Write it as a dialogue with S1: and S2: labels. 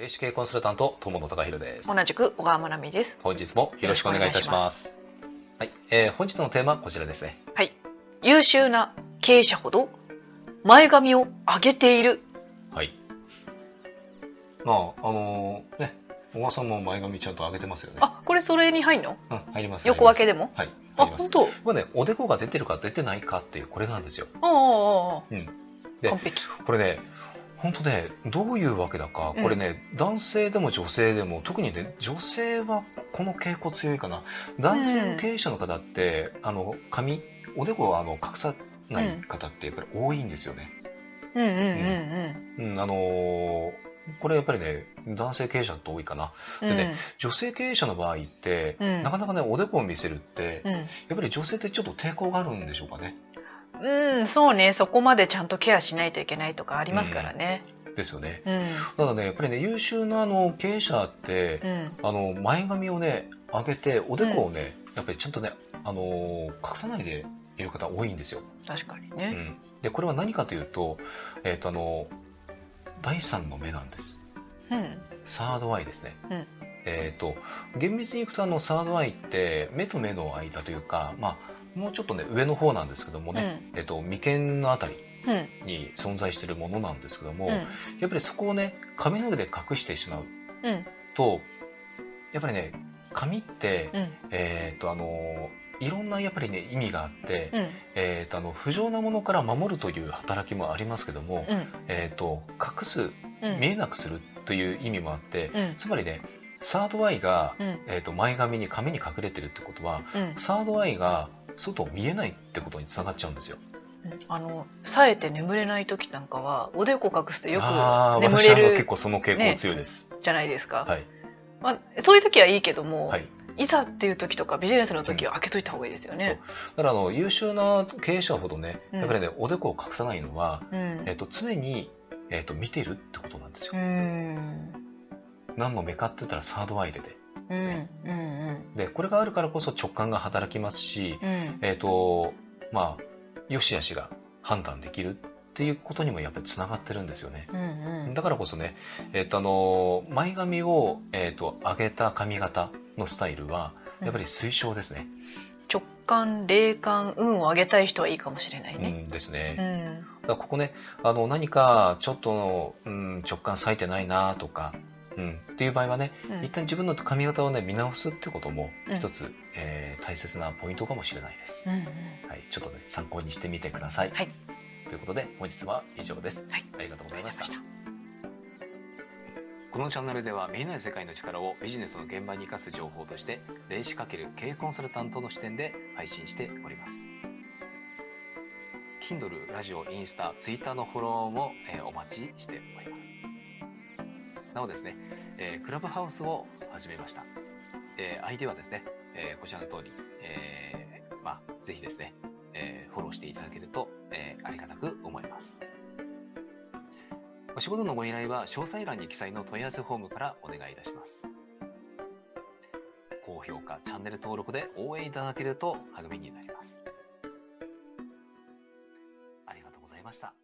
S1: 霊視系コンサルタント友野隆弘です
S2: 同じく小川真奈美です。
S1: 本日もよろしくお願いいたしますはい、えー本日のテーマはこちらですね
S2: はい。優秀な経営者ほど前髪を上げている。
S1: はいまああのーね小川さんも前髪ちゃんと上げてますよね
S2: あ、これそれに入んの？
S1: うん入ります
S2: 横分け
S1: で
S2: でも？
S1: はい
S2: あ、
S1: 入りま
S2: 本
S1: す
S2: 当。
S1: これねおでこが出てるか出てないかっていうこれなんですよ
S2: あああああ
S1: うん
S2: あ。
S1: で
S2: 完璧。
S1: これね本当ねどういうわけだかこれね、男性でも女性でも特にね女性はこの傾向強いかな男性の経営者の方って、あの髪おでこはあの隠さない方ってやっぱり多いんですよね、
S2: うんうんうん
S1: うん、あのーこれやっぱりね男性経営者って多いかな
S2: うん。
S1: でね女性経営者の場合って、
S2: うん
S1: なかなかねおでこを見せるって、
S2: う
S1: や
S2: ん。
S1: っぱり女性ってちょっと抵抗があるんでしょうかね
S2: うん、うん、そうね。そこまでちゃんとケアしないといけないとかありますからね。
S1: ですよね
S2: うん
S1: ただねやっぱりね優秀なあの経営者って、
S2: うん
S1: あの前髪をね上げておでこをね、やっぱりちゃんとね、あのー隠さないでいる方多いんですよ。
S2: 確かに
S1: う
S2: ね。
S1: ん、でこれは何かというと,、えーとあの第三の目なんです。
S2: うん
S1: サードアイですね。
S2: うん
S1: えっ、と厳密にいくとあのサードアイって目と目の間というか、まあもうちょっとね上の方なんですけども
S2: うん
S1: ね、えっ、と眉間のあたり
S2: うん
S1: に存在しているものなんですけども、
S2: うん
S1: やっぱりそこをね髪の毛で隠してしまう
S2: うん
S1: とやっぱりね髪って
S2: うん
S1: えー、とあのいろんなやっぱりね意味があって、
S2: うん
S1: えー、とあの不浄なものから守るという働きもありますけども、
S2: うん
S1: えー、と隠す
S2: うん
S1: 見えなくするという意味もあって、
S2: うん
S1: つまりねサードアイが、
S2: うん
S1: えー、と前髪に髪に隠れてるってことは
S2: うん。
S1: サードアイが外見えないってことにつながっちゃうんですよ。
S2: あの冴えて眠れない時なんかはおでこ隠すとよく
S1: あー
S2: 眠
S1: 私あ
S2: れ
S1: の結
S2: る
S1: 構その傾向強いです。
S2: じゃないですか、
S1: はい、
S2: まあ、そういう時はいいけども、、
S1: はいい
S2: ざっていう時とかビジネスの時は開けといた方がいいですよね。
S1: だからあの優秀な経営者ほどね
S2: うん
S1: やっぱりね、おでこを隠さないのは、
S2: うん
S1: えー、と常に、えー、と見てるってことなんですよ
S2: う。ん
S1: 何の目かって言ったらサードアイデで
S2: うん
S1: ね
S2: うんうん
S1: でこれがあるからこそ直感が働きますし、
S2: うん
S1: えっ、とまあ良し悪しが判断できるっていうことにもやっぱりつながってるんですよね
S2: うんうん
S1: だからこそね、えっとあの前髪を、えっと上げた髪型のスタイルはやっぱり推奨ですね、
S2: 直感霊感運を上げたい人はいいかもしれないうね。
S1: ん、です
S2: う
S1: ね、
S2: ん
S1: だからここねあの何かちょっと、うん、直感割いてないなとか、うん、っていう場合はね
S2: うん
S1: 一旦自分の髪型をね見直すってことも
S2: うん
S1: 一つ、えー大切なポイントかもしれないです、
S2: うん
S1: はい、ちょっとね参考にしてみてください、
S2: はい
S1: ということで本日は以上です、
S2: はい
S1: ありがとうご
S2: あ
S1: ざいまし
S2: りがとうございま
S1: た
S2: した。
S1: このチャンネルでは見えない世界の力をビジネスの現場に生かす情報として霊視×経営コンサルタントの視点で配信しております Kindle、ラジオ、インスタ、ツイッターのフォローも、えーお待ちしておりますなおですね、えークラブハウスを始めました、えー、ID はですね、えーこちらの通り、えーまあ、ぜひですね、えーフォローしていただけると、えーありがたく思いますお仕事のご依頼は詳細欄に記載の問い合わせフォームからお願いいたします。高評価、チャンネル登録で応援いただけると励みになります。ありがとうございました。